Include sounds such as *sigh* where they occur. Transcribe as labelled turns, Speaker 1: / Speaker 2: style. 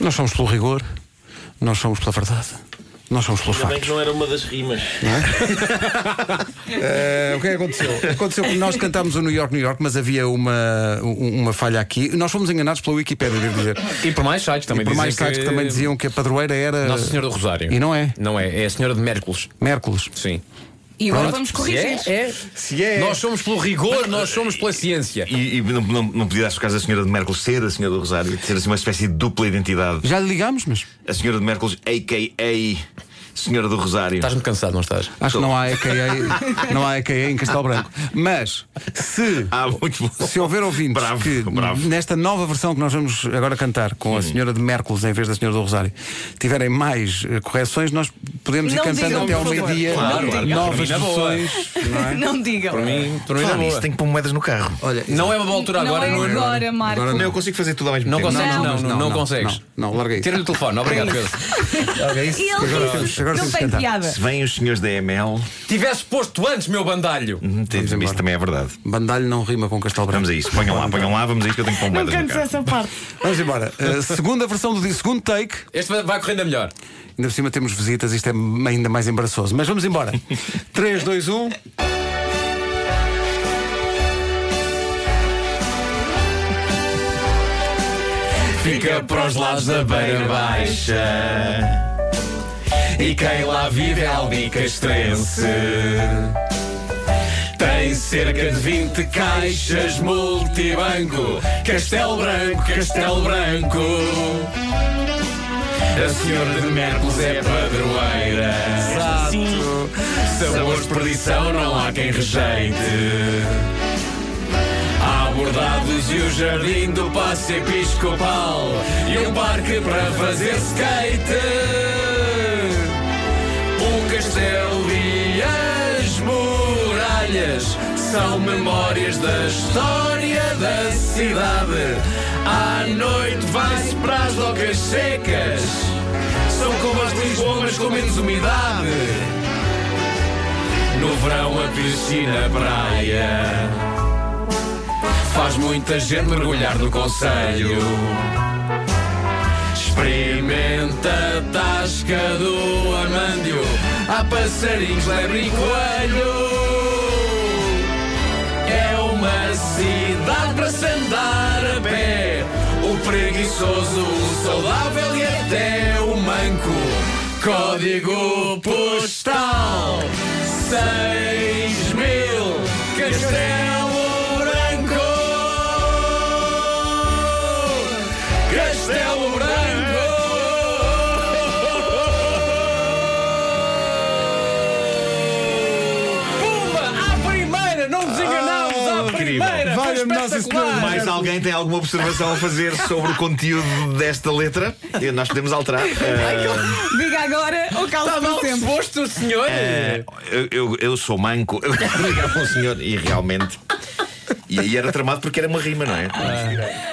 Speaker 1: Nós somos pelo rigor, nós somos pela verdade, nós somos pelos
Speaker 2: Ainda bem
Speaker 1: factos.
Speaker 2: que não era uma das rimas.
Speaker 1: é? *laughs* Eh, o que é que aconteceu? Aconteceu que nós cantámos o New York, New York, mas havia uma, um- uma falha aqui. Nós fomos enganados pela Wikipédia, devo dizer.
Speaker 3: E por mais sites também
Speaker 1: Por mais
Speaker 3: dizem
Speaker 1: sites que também diziam que a padroeira era
Speaker 3: Nossa Senhora do Rosário.
Speaker 1: E não é.
Speaker 3: Não é, é a Senhora de Mércules.
Speaker 1: Mércules.
Speaker 3: Sim.
Speaker 4: E agora
Speaker 1: Pronto.
Speaker 4: vamos corrigir.
Speaker 3: É?
Speaker 1: Se é.
Speaker 3: Nós somos pelo rigor, nós somos pela ciência.
Speaker 5: E, e não, não, não podia, por causa da senhora de Mercules ser a senhora do Rosário, ser assim uma espécie de dupla identidade.
Speaker 1: Já lhe ligámos, mas
Speaker 5: A senhora de Mercules, a.k.a. Senhora do Rosário.
Speaker 3: Estás muito cansado, não estás?
Speaker 1: acho que não há EKA, não há EKA em Castelo Branco. Mas se
Speaker 5: Ah, muito bom.
Speaker 1: Se houver ouvintes
Speaker 5: Bravo,
Speaker 1: que
Speaker 5: bravo.
Speaker 1: nesta nova versão que nós vamos agora cantar com a Senhora de Mércules em vez da Senhora do Rosário tiverem mais eh, correções, nós podemos ir
Speaker 4: Não
Speaker 1: cantando
Speaker 4: digam,
Speaker 1: até ao
Speaker 4: por favor.
Speaker 1: meio-dia
Speaker 4: Claro,
Speaker 3: claro,
Speaker 1: novas
Speaker 3: claro, por mim na
Speaker 1: versões. não é?
Speaker 4: Não digam.
Speaker 3: Para mim, para
Speaker 5: Falar
Speaker 3: mim não, é
Speaker 5: nisso,
Speaker 3: boa.
Speaker 5: tenho que pôr moedas no carro.
Speaker 1: Olha,
Speaker 3: não é uma boa altura
Speaker 4: Não
Speaker 3: agora,
Speaker 4: é
Speaker 3: não é?
Speaker 4: agora, Marco.
Speaker 1: Agora
Speaker 5: Não, eu consigo fazer tudo ao mesmo
Speaker 3: Não
Speaker 5: tempo.
Speaker 3: consegues,
Speaker 4: Não,
Speaker 3: não, não,
Speaker 1: mas
Speaker 3: não, consegues.
Speaker 1: Não, não, larga isso.
Speaker 3: Tira-lhe o telefone,
Speaker 4: *laughs*
Speaker 3: obrigado, Pedro.
Speaker 1: Larga é isso.
Speaker 4: E ele
Speaker 1: Agora
Speaker 4: disse,
Speaker 1: temos- agora
Speaker 4: não
Speaker 1: temos que
Speaker 4: tem
Speaker 1: cantar.
Speaker 4: piada.
Speaker 5: Se vêm os senhores da ML,
Speaker 3: Tivesse posto antes, meu bandalho.
Speaker 5: hum, tem- isso
Speaker 1: embora.
Speaker 5: também é verdade.
Speaker 1: Bandalho não rima com Castelo Branco.
Speaker 5: Vamos a isso, ponham lá, ponham lá, vamos a isso que eu tenho que pôr
Speaker 4: Não
Speaker 5: moedas no
Speaker 4: cantes
Speaker 5: carro.
Speaker 4: essa parte.
Speaker 1: Vamos
Speaker 3: *laughs*
Speaker 1: embora. Eh, segunda versão do dia, segundo take.
Speaker 3: Este vai- vai correndo a melhor.
Speaker 1: Ainda por cima temos visitas, isto é ainda mais embaraçoso. Mas vamos
Speaker 3: *laughs*
Speaker 1: embora. um. 3, 2, 1.
Speaker 3: Fica para os lados da beira baixa. E quem lá vive é albicastrense. Tem cerca de 20 caixas multibanco. Castelo Branco, Castelo Branco. A senhora de Mercules é padroeira. Sabores de perdição não há quem rejeite. Há bordados e o jardim do Passo Episcopal E um parque para fazer skate O castelo e as muralhas São memórias da história da cidade À noite vai-se para as docas secas São como as de Lisboa, mas com menos umidade No verão a piscina praia Faz muita gente mergulhar no conselho. Experimenta a tasca do amândio. Há passarinhos, lebre e coelho. É uma cidade para se andar a pé. O preguiçoso, o saudável e até o manco. Código postal 6000 Castelo Branco. Castelo Branco. Pumba, à primeira, não nos enganamos, à primeira. foi
Speaker 1: valha-me Nossa
Speaker 3: espetacular.
Speaker 1: Senhora.
Speaker 5: Mais alguém tem alguma observação a fazer sobre o conteúdo desta letra? Eh, Nós podemos alterar. Eh,
Speaker 4: Diga agora ou cala-se para sempre.
Speaker 3: disposto, senhor?
Speaker 5: Eh, eu, eu- eu sou manco. *laughs* Eu ligava um senhor e realmente. E, e era tramado porque era uma rima, não é?